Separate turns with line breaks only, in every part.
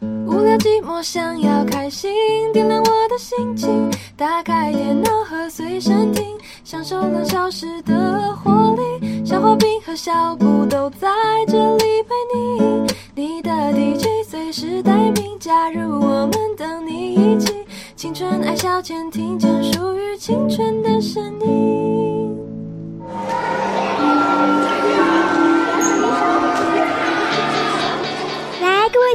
掉寂寞，想要开心，点亮我的心情，打开电脑和随身听，享受两小时的活力。小花瓶和小布都在这里陪你，你的 DJ 随时待命，加入我们，等你一起。青春爱消遣，听见属于青春的声音。
来，各位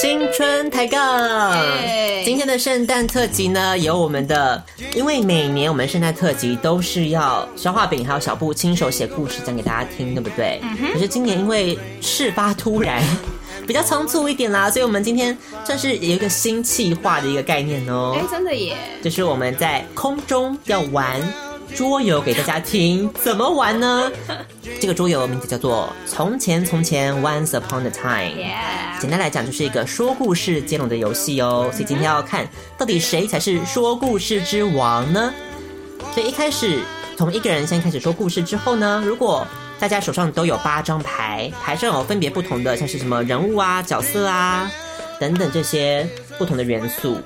青春抬杠。今天的圣诞特辑呢，有我们的，因为每年我们圣诞特辑都是要消化饼还有小布亲手写故事讲给大家听，对不对？
嗯
可是今年因为事发突然， 比较仓促一点啦，所以我们今天算是有一个新气化的一个概念哦。
哎，真的耶！
就是我们在空中要玩桌游给大家听，怎么玩 呢？这个桌游名字叫做《从前从前 Once Upon a Time》。
Yeah
简单来讲，就是一个说故事接龙的游戏哦。所以今天要看到底谁才是说故事之王呢？所以一开始从一个人先开始说故事之后呢，如果大家手上都有八张牌，牌上有分别不同的，像是什么人物啊、角色啊等等这些不同的元素。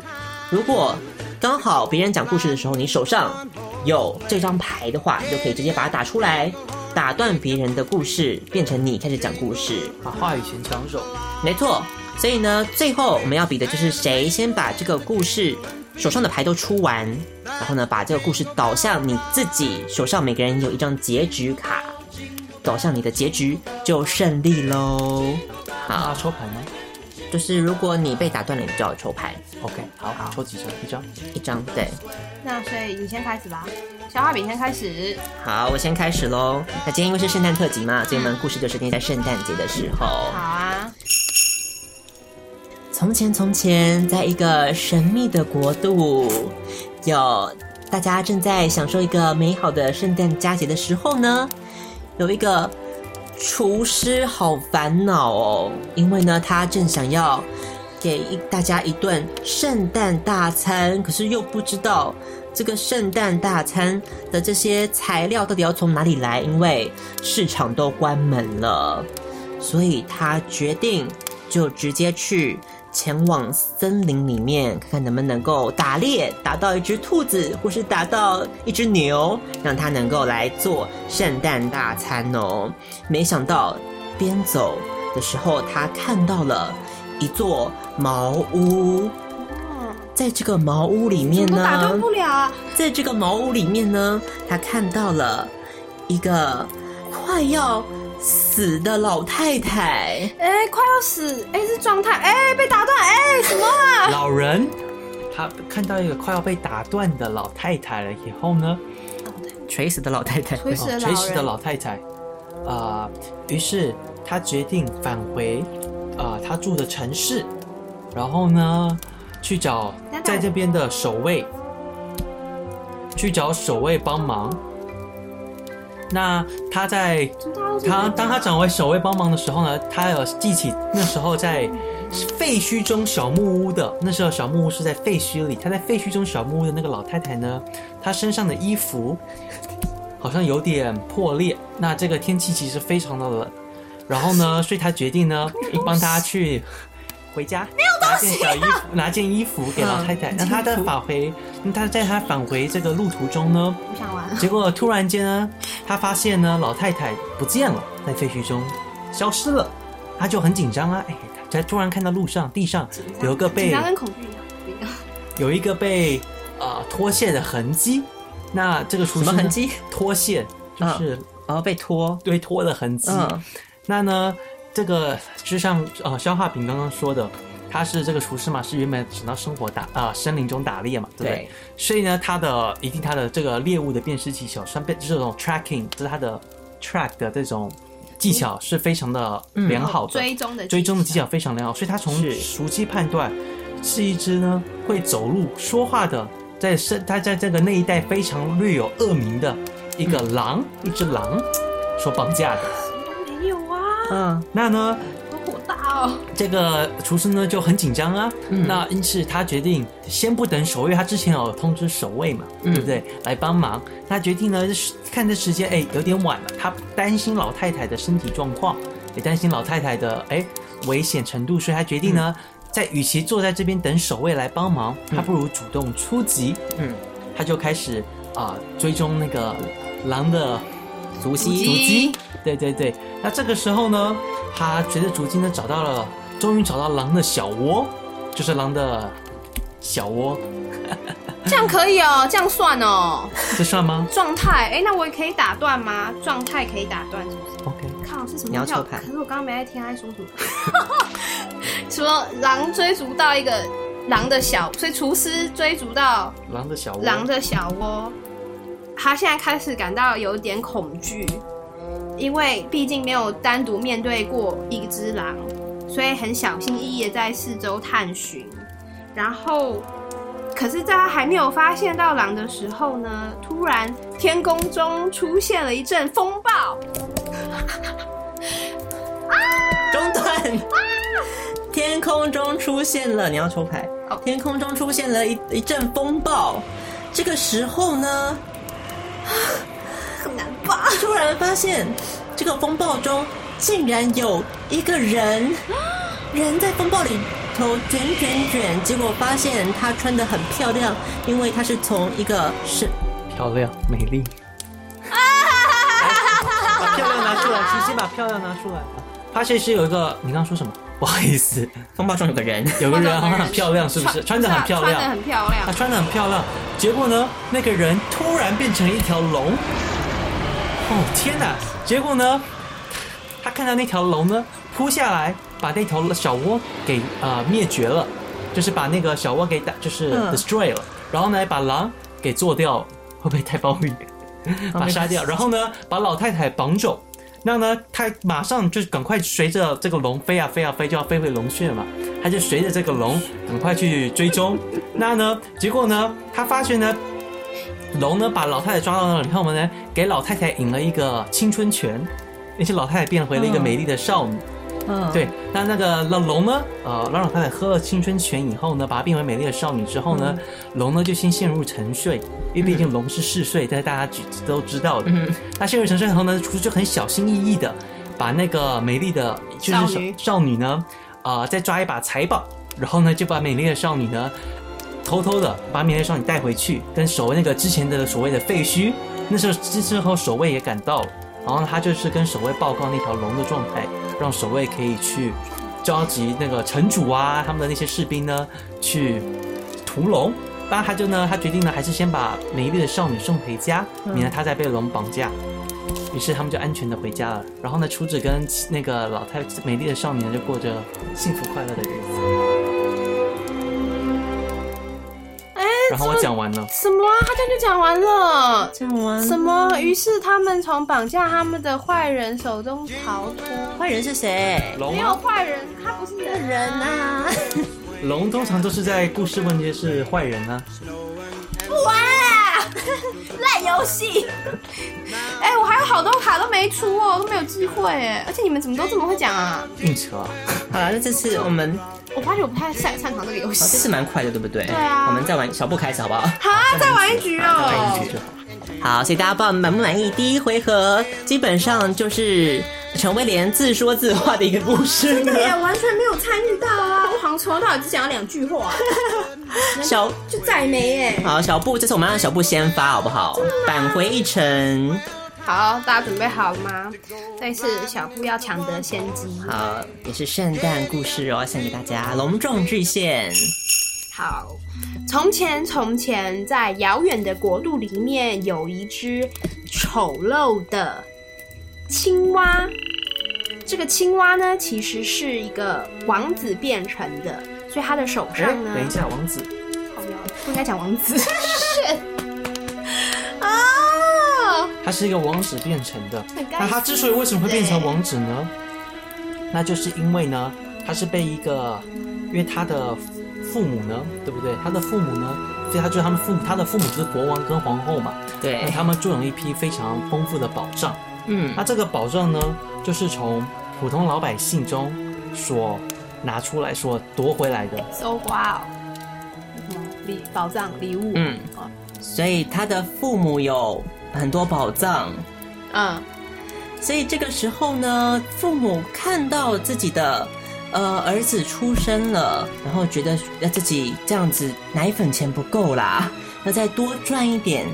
如果刚好别人讲故事的时候，你手上有这张牌的话，你就可以直接把它打出来，打断别人的故事，变成你开始讲故事。
把话语权抢走。
没错，所以呢，最后我们要比的就是谁先把这个故事手上的牌都出完，然后呢，把这个故事导向你自己手上，每个人有一张结局卡，导向你的结局就胜利喽。
那
好，
啊
抽牌吗
就是如果你被打断了，你就要抽牌
？OK，好，抽几张？一张。
一张。对，
那所以你先开始吧，小画饼先开始。
好，我先开始喽。那今天因为是圣诞特辑嘛，所以我们故事就是定在圣诞节的时候
好。啊，
从前，从前，在一个神秘的国度，有大家正在享受一个美好的圣诞佳节的时候呢，有一个厨师好烦恼哦，因为呢，他正想要给一大家一顿圣诞大餐，可是又不知道这个圣诞大餐的这些材料到底要从哪里来，因为市场都关门了。所以他决定就直接去前往森林里面，看看能不能够打猎，打到一只兔子，或是打到一只牛，让它能够来做圣诞大餐哦。没想到边走的时候，他看到了一座茅屋。在这个茅屋里面
怎么
呢，
都嗯打断不了啊。
在这个茅屋里面呢，他看到了一个快要死的老太太。
哎，快要死！哎，是状态！哎，被打断！哎，什么啊？
老人，他看到一个快要被打断的老太太了以后呢，
垂死的老太太，
垂死的
哦
老
垂死
人
的老太太，啊、于是他决定返回，啊、他住的城市，然后呢，去找
等等
在这边的守卫，去找守卫帮忙。那他在他当他找回守卫帮忙的时候呢，他有记起那时候在废墟中小木屋的，那时候小木屋是在废墟里，他在废墟中小木屋的那个老太太呢，她身上的衣服好像有点破裂。那这个 天气其实非常的冷，然后呢，所以他决定呢，帮她去回家，没有东西、拿件小衣服，拿件衣服给老太 太。
嗯
那她在返回，她在她返回这个路途中呢，
不想玩了。
结果突然间呢，她发现呢老太太不见了，在废墟中消失了，她就很紧张啊，哎，她突然看到路上地上有一个被
紧张跟恐惧一样不一样。
有一个被啊、呃脱卸的痕迹。那这个厨师
什么
呢
痕迹？
脱卸就是
然后被拖，
堆脱的痕迹。
嗯
那呢，这个就像呃肖化平刚刚说的，他是这个厨师嘛，是原本只能生活打啊、森林中打猎嘛，对不对？
对
所以呢，他的一定他的这个猎物的辨识技巧，像辨这种 tracking，就是他的 track 的这种技巧是非常的良啊好的，
追踪的
追踪的技巧非常良好，所以他从
是
熟悉判断是一只呢会走路、说话的，在生它在这个那一带非常略有恶名的一个狼，一只狼所绑架的。
没有啊，
嗯，
那呢，
好火大哦！
这个厨师呢就很紧张啊，
嗯
那因此他决定先不等守卫，他之前有通知守卫嘛，对不对？来帮忙。他决定呢，是看这时间，哎，有点晚了，他担心老太太的身体状况，也担心老太太的哎危险程度，所以他决定呢，在与其坐在这边等守卫来帮忙，他不如主动出击。
嗯，
他就开始啊、追踪那个狼的
足
足
迹，
迹，对对对。那这个时候呢，他随着足迹呢找到了，终于找到狼的小窝，就是狼的小 窝，
这样可以哦，这样算哦。
这算吗
状态，哎，那我也可以打断吗？状态可以打断是不是？
？OK，
靠，是什么
你要
东西
抽
啊？
牌
可是我刚刚没在听他在说什么。 说狼追逐到一个狼的小，所以厨师追逐到
狼的小窝，
狼的小窝，他现在开始感到有点恐惧，因为毕竟没有单独面对过一只狼，所以很小心翼翼的在四周探寻。然后，可是，在他还没有发现到狼的时候呢，突然天空中出现了一阵风暴，
中断。天空中出现了，你要抽牌
哦。
天空中出现了一一阵风暴，这个时候呢，
很难吧？
突然发现这个风暴中竟然有一个 人，人在风暴里头卷卷卷，结果发现他穿的很漂亮，因为他是从一个是
漂亮美丽。把漂亮拿出来，琪琪把漂亮拿出来。发现是有一个，你刚刚说什么？不好意思，
风暴中有个人，
有个人啊
风暴中有个人
很漂亮，是不是？穿的很漂
穿的
亮
很，漂亮啊
她。穿的很漂亮。结果呢，那个人突然变成一条龙。哦天哪！结果呢，他看到那条龙呢扑下来，把那头小窝给啊、呃灭绝了，就是把那个小窝给打，就是呃
嗯
destroy 了。然后呢，把狼给做掉，会不会太暴力？把杀掉，然后呢，把老太太绑走。那呢，他马上就赶快随着这个龙飞啊飞啊飞，就要飞回龙穴嘛。他就随着这个龙赶嗯快去追踪。那呢，结果呢，他发现呢，龙呢把老太太抓到了，然后我们呢给老太太饮了一个青春泉，而且老太太变回了一个美丽的少女。
嗯，
对，那那个老龙呢，呃，让老太太喝了青春泉以后呢，把她变为美丽的少女之后呢，龙呢就先陷入沉睡，因为毕竟龙是嗜睡，这是大家知都知道的。
嗯，
那陷入沉睡后呢，厨师就很小心翼翼的把那个美丽的就是
少女
少女呢，呃，再抓一把财宝，然后呢就把美丽的少女呢，偷偷的把美丽的少女带回去，跟守卫那个之前的所谓的废墟，那时候这时候守卫也赶到了，然后他就是跟守卫报告那条龙的状态，让守卫可以去召集那个城主啊，他们的那些士兵呢去屠龙。当然，他就呢，他决定呢，还是先把美丽的少女送回家，免得她再被龙绑架。于是他们就安全的回家了。然后呢，厨子跟那个老太美丽的少年就过着幸福快乐的日子。然后我讲完了，
什么啊？他这样就讲完了。
这样吗？
什么？于是他们从绑架他们的坏人手中逃脱。
坏人是谁？
龙啊
没有坏人，他不是人
人啊，
龙通常都是在故事问题是坏人啊。
烂游戏。 哎、我还有好多卡都没出哦，都没有机会哎。而且你们怎么都这么会讲啊？
硬扯啊，
好了，那这次我们
我发觉我不太擅擅长这个游
哦，这
戏。
次蛮快的，对不对？对
啊
我们再玩小步开始好不好？
好啊，再玩一局哦。
就
好，所以大家不知道满不满意？第一回合基本上就是陈威廉自说自话的一个故事呢。
完全没有参与到啊！我好
从头到尾只讲了两句 话，
小
就再没哎、
好小布，这次我们让小布先发好不好？返回一城。
好，大家准备好了吗？这次小布要抢得先机。
好，也是圣诞故事哦，献给大家，隆重巨献。
好，从前从前，在遥远的国度里面，有一只丑陋的青蛙。这个青蛙呢，其实是一个王子变成的，所以它的手
哎，
上呢，
等一下，王子，
靠腰不 应该讲王子。啊，
他是一个王子变成的。
很该
那他
死
之所以为什么会变成王子呢？那就是因为呢，他是被一个，因为他的父母呢，对不对？他的父母呢，所以他就是他们父母，他的父母就是国王跟皇后嘛。那
对，
他们做了一批非常丰富的保障。
嗯
那这个保障呢，就是从普通老百姓中所拿出来、所夺回来的。
搜刮哦，嗯礼宝藏礼物，
嗯，所以他的父母有很多宝藏，
嗯，
所以这个时候呢，父母看到自己的呃儿子出生了，然后觉得呃自己这样子奶粉钱不够啦， 要再多赚一点，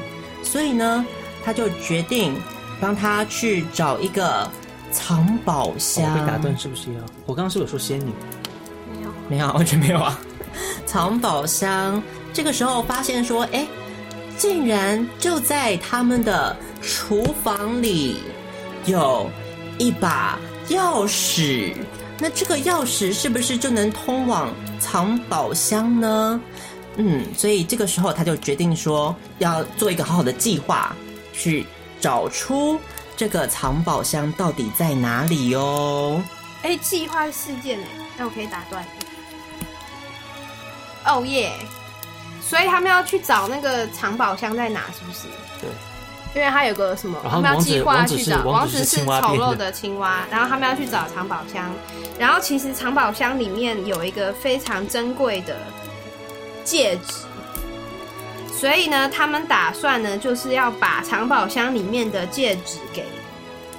所以呢，他就决定帮他去找一个藏宝
我
箱。
被哦打断是不是要？我刚刚是不是有说仙女？
没有，完全没有啊。 藏宝箱这个时候发现说，哎，竟然就在他们的厨房里有一把钥匙。那这个钥匙是不是就能通往藏宝箱呢？嗯，所以这个时候他就决定说要做一个好好的计划，去找出这个藏宝箱到底在哪里哦。
哎，计划事件哎，那我可以打断你。哦耶！所以他们要去找那个藏宝箱在哪，是不是？
对。
因为他有个什么，
然
他们要
后王子
计划
王子
去
是
找
王子
子
是
是
青蛙
丑
变
陋
的
的青蛙，然后他们要去找藏宝箱，然后其实藏宝箱里面有一个非常珍贵的戒指，所以呢，他们打算呢就是要把藏宝箱里面的戒指给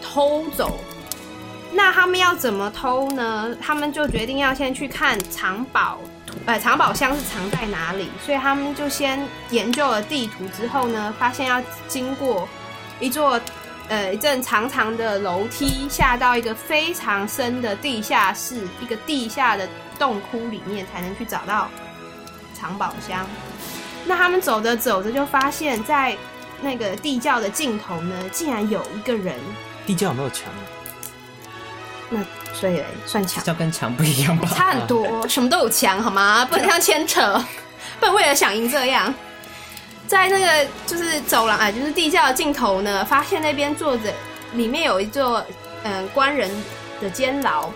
偷走。那他们要怎么偷呢？他们就决定要先去看藏宝图，呃，藏宝箱是藏在哪里。所以他们就先研究了地图之后呢，发现要经过一座呃一阵长长的楼梯，下到一个非常深的地下室，一个地下的洞窟里面才能去找到藏宝箱。那他们走着走着就发现，在那个地窖的尽头呢，竟然有一个人，
地窖有没有墙啊？
那所以算强。
这跟墙不一样吧？
差很多，什么都有墙，好吗？不能这样牵扯， 不能为了响应这样。在那个就是走廊啊，就是地窖的尽头呢，发现那边坐着，里面有一座嗯、呃官人的监牢，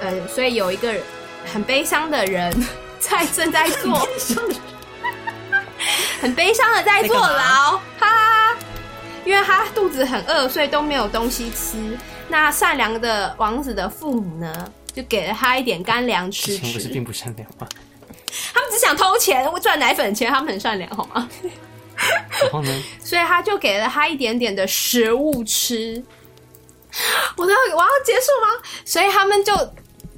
呃，所以有一个很悲伤的人 在正在坐， 很悲伤的在坐牢，哈哈，因为他肚子很饿，所以都没有东西吃。那善良的王子的父母呢，就给了他一点干粮
之
吃
前不是
吃。
并不善良 吗？
他们只想偷钱赚奶粉钱，他们很善良，好吗？
然后呢？
所以他就给了他一点点的食物吃。我都要我要结束吗？所以他们就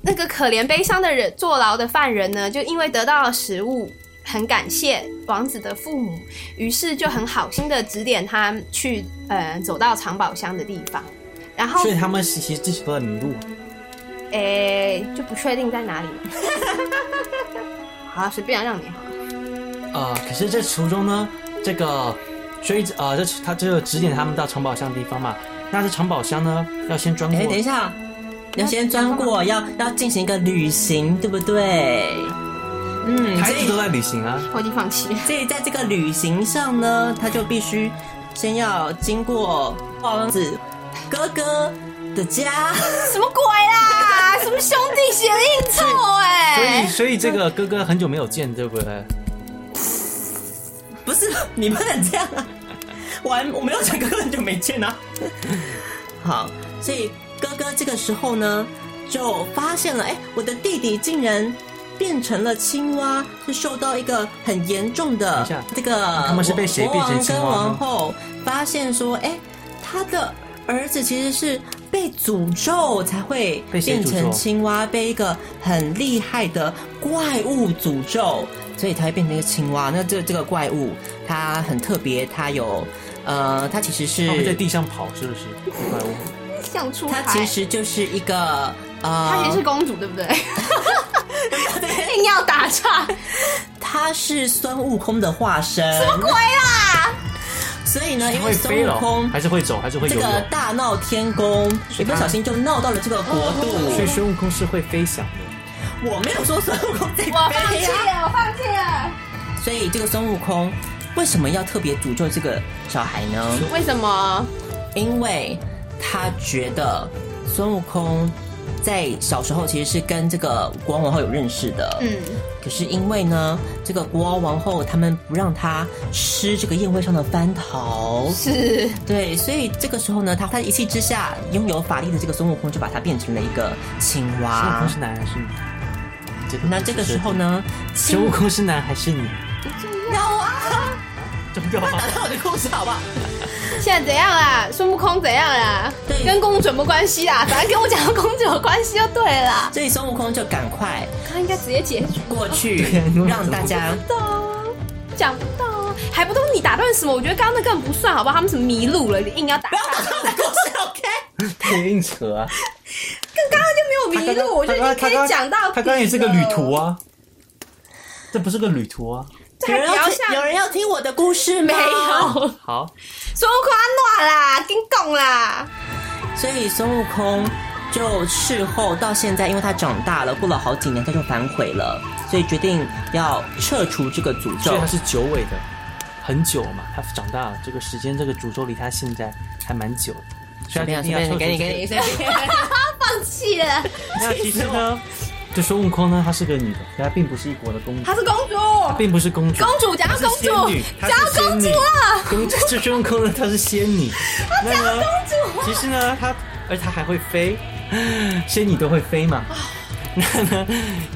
那个可怜悲伤的人坐牢的犯人呢，就因为得到了食物，很感谢王子的父母，于是就很好心的指点他去呃走到藏宝箱的地方。然后
所以他们其实自己都在迷路。
诶、就不确定在哪里 嘛。好啦，随便让你好了。
呃，可是这途中呢，这个追呃，这他这个指点他们到藏宝箱的地方嘛。那这藏宝箱呢，要先钻过。
哎，等一下，要先钻过，要要进行一个旅行，对不对？嗯，
他
所
一直
以
都在旅行啊。
我已经放弃了。
所以在这个旅行上呢，他就必须先要经过王子哥哥的家，
什么鬼啦？ 什么兄弟血的应酬哎、
所以，所以这个哥哥很久没有见，对不对？
不是 你不能这样啊！我还我没有想哥哥很久没见啊。好，所以哥哥这个时候呢，就发现了，哎，我的弟弟竟然。变成了青蛙，是受到一个很严重
等
的
一下
这个
他们是被谁
国
变成
王
青
跟
蛙吗
王后发现说，哎，他的儿子其实是被诅咒才会
被谁
变
诅
成
咒
青蛙，被一个很厉害的怪物诅咒，所以才会变成一个青蛙。那这这个怪物它很特别，它有呃，它其实
他们在
是
地上跑，是不是？怪物
像出
它
海，
其实就是一个
她其实是
呃，
公主，对 不对？硬要打岔，
它是孙悟空的化身，什么鬼啦？所以呢，因
它
为
会
孙
飞
悟
了
空，
还是会走，还是会
这
游
个
泳？
大闹天宫，一不小心就闹到了这个国度。
所以孙悟空是会飞翔的。
我没有说孙悟空在飞
我放弃
呀、
了，我放弃了。
所以这个孙悟空为什么要特别诅咒这个小孩呢？
为什么？
因为他觉得孙悟空在小时候其实是跟这个国王王后有认识的，
嗯，
可是因为呢，这个国王王后他们不让他吃这个宴会上的蟠桃，
是
对，所以这个时候呢，他他一气之下拥有法力的这个孙悟空就把他变成了一个青
孙悟
蛙
空。是男还是女？这
啊那这个时候，呢，
孙
青
悟空是男还 是女？
要啊，
重要吗？
打断我的故事好不好？
现在怎样啦？孙悟空怎样啦？
对
跟公主有没有关系 啦？反正跟我讲到公主有关系就对了。
所以孙悟空就赶快
他应该直接解决，
过去
对啊你为什么
让大 家
不到，啊讲不到啊，还不都是你打断什么？我觉得刚刚那根本不算，好不好？他们什么迷路了，你硬要打，
不要打断我的故事，OK？
可以硬扯啊！
刚刚就没有迷路，我就已经可以讲到。
他刚刚也是个旅途，啊，这不是个旅途啊。
这
有
还
人
比
要听有
较像
人要听我的故事吗
没？有。
好，
孙悟空安暖啦，跟讲啦，
所以孙悟空就事后到现在，因为他长大了，过了好几年，他就反悔了，所以决定要撤除这个诅
所
咒
以他。是久违的，很久嘛。他长大了，这个时间，这个诅咒离他现在还蛮久的。
随便啊随便啊，给你给你。随便
放弃了，
那其实呢，就孙悟空呢，她是个女的，可她并不是一国的公主
她，是公主，
并不是公主。
公主讲到
她
公
哦是
主
仙女，，她
讲到
是
公
仙
主
女
了，。
公主，啊 这孙悟空呢，她是仙 女。那呢，其实呢，她而她还会飞，仙女都会飞嘛。那呢，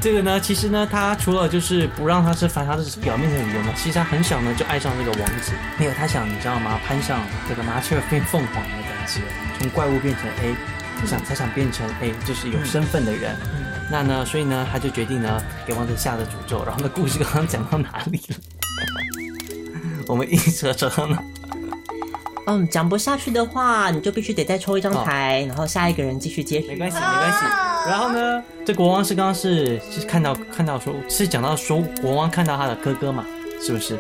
这个呢，其实呢，她除了就是不让她吃饭，她是表面上理由嘛。其实她很小呢就爱上这个王子，没有她想你知道吗？攀上这个麻雀变凤凰的感觉，从怪物变成 A，她想她想变成 A，就是有身份的人。那呢，所以呢，她就决定呢给王子下的诅咒。然后呢，故事刚刚讲到哪里了？我们一扯扯到哪？
嗯，讲不下去的话，你就必须得再抽一张
哦
牌，然后下一个人继续接
没
续。
关系，没
啊
关系。然后呢，这国王是刚刚是是看到看到说，是讲到说国王看到他的哥哥嘛，是不是？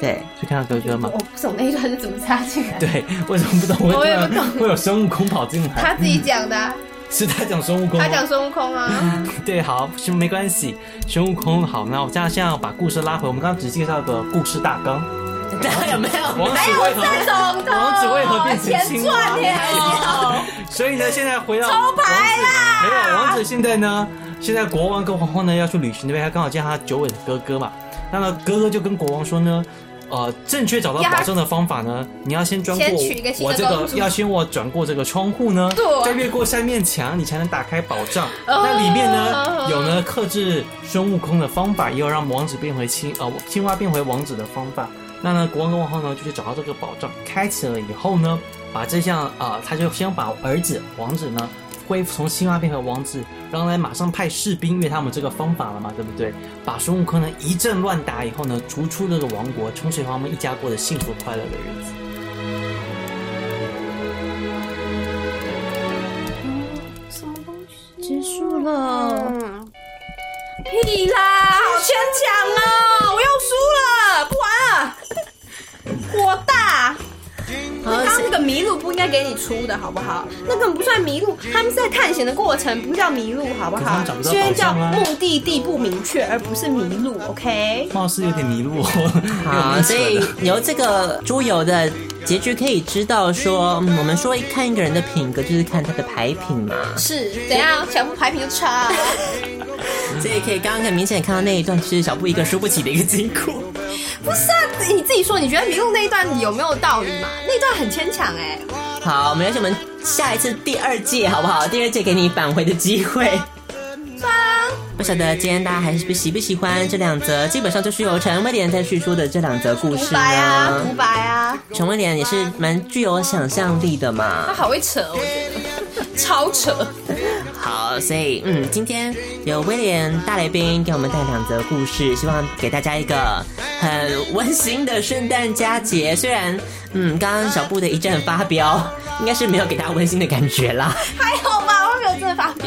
对，
是看到哥哥嘛？
我不懂那一段是怎么插进来的，
对，为什么不懂？
我也不懂
会有孙悟空跑进
他
来？
自己讲的啊，
是他讲孙悟空吗？
他讲孙悟空啊，
对，好，是没关系。孙悟空，好，那我这样现在要把故事拉回，我们刚刚只介绍个故事大纲。
有没有？
王子为何？
懂的，
王子为何变成
钱
青蛙
赚耶，
所以呢，现在回到王子，没有王子现在呢，现在国王跟皇后呢要去旅行，对不对？他刚好见他久违的哥哥嘛，那么哥哥就跟国王说呢。呃，正确找到
呀
保证的方法呢？你要先钻过
先娶一个新的
我这个
公，主
要先我转过这个窗户呢，
对
再越过下面墙，你才能打开保障。
哦
那里面呢有呢克制孙悟空的方法，也有让王子变回青呃青蛙变回王子的方法。那呢，国王跟王后呢就去找到这个宝藏，开启了以后呢，把这项啊、呃他就先把儿子王子呢恢复从青蛙变回王子，然后呢马上派士兵，因为他们这个方法了嘛，对不对？把孙悟空呢一阵乱打以后呢，逐出这个王国，从此以后他们一家过着幸福快乐的日子。
结束了。
屁啦，好牵强哦，我又输了，不玩了，火大。
好
刚，刚那个迷路不应该给你出的好不好？那根本不算迷路，他们是在探险的过程，不叫迷路好不
可是他
好
们找？不到
虽然
宝
叫
藏啊
目的地不明确，而不是迷路，OK？
貌似有点迷路哦，
好，啊所
有点
以
扯的
由这个桌游的结局可以知道说，嗯我们说看一个人的品格就是看他的牌品嘛，
是怎样？小布牌品就差，
所以可以刚刚很明显看到那一段，其实小布一个输不起的一个经过。
不是啊？你自己说，你觉得迷路那一段有没有道理嘛？那一段很牵强哎、
好，没关系，我们下一次第二届好不好？第二届给你返回的机会。
啊
不晓得今天大家还是不喜不喜欢这两则，基本上就是由陈威廉在叙述的这两则故
独
事
白啊，
呢
独。白啊，
陈威廉也是蛮具有想象力的嘛
他。好会扯，我觉得。
超扯。
好，所以嗯，今天有威廉大来宾给我们带两则故事，希望给大家一个很温馨的圣诞佳节。虽然嗯，刚刚小布的一阵发飙，应该是没有给大家温馨的感觉啦。
还好吧， 我没有真的发飙。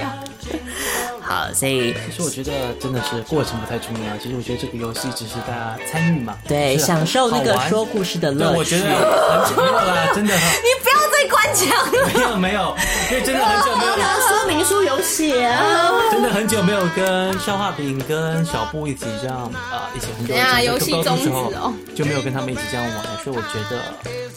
好，所以
其实我觉得真的是过程不太重要，其实我觉得这个游戏只是大家参与嘛，
对，
就是啊
享受那个
好玩
说故事的
对，
乐
我
趣
觉。得很久没有啦，真的
你不要再关讲了，
没有没有， 因为真的很久没有，
说明书有写啊。
真的很久没有跟肖化饼跟小布一起这样啊、一起很久
等一下
以前
游戏
在高中的时
终止哦
候就没有跟他们一起这样玩了，所以我觉得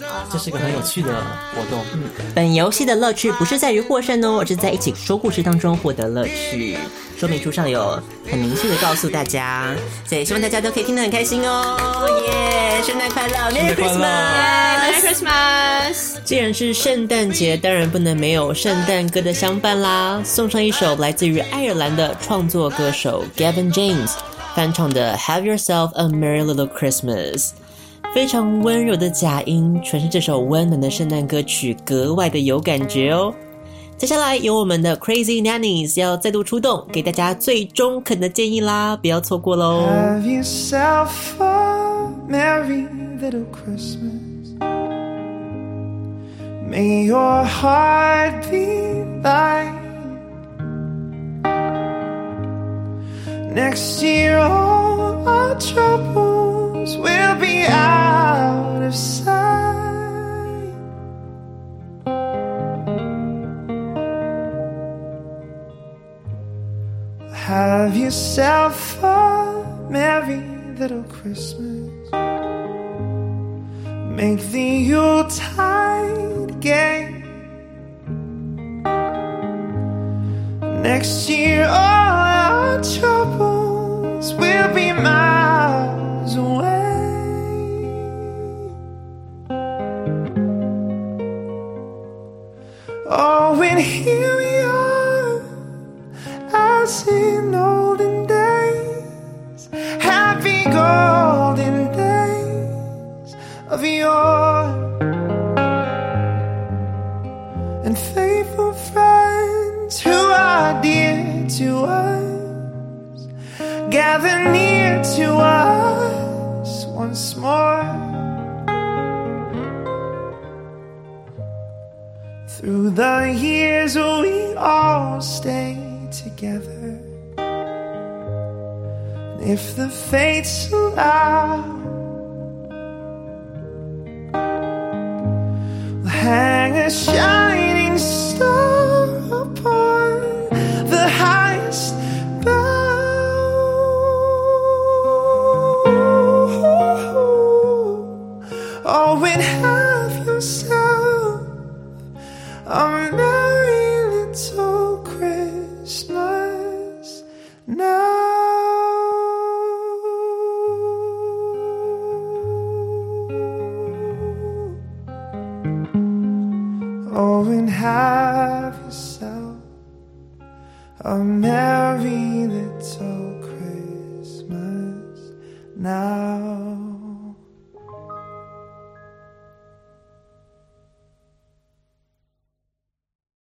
啊这是一个很有趣的活动。嗯，
本游戏的乐趣不是在于获胜哦，而是在一起说故事当中获得乐趣。说明书上有很明确的告诉大家，所以希望大家都可以听得很开心哦，耶！圣诞快乐，Merry
诞快乐
Christmas！
Merry Christmas。
既然是圣诞节，当然不能没有圣诞歌的相伴啦。送上一首来自于爱尔兰的创作歌手 Gavin James 翻唱的《Have Yourself a Merry Little Christmas》，非常温柔的假音，诠释这首温暖的圣诞歌曲格外的有感觉哦。接下来由我们的 Crazy Nannies 要再度出动，给大家最中肯的建议啦，不要错过喽。
Have yourself a merry little Christmas. May your heart be light. Next year, all our troubles will be out of sight. Have yourself a merry little Christmas. Make the Yuletide gay. Next year, all our troubles will be miles away. Oh, and here we are as in olden days, happy golden days of yore, and faithful friends who are dear to us gather near to us once more. Through the years, we all stay together. And if the fates allow, we'll hang a shining star upon the highest bough. Oh, and have yourself a merry little Christmas now. Oh, and have yourself a merry little Christmas now.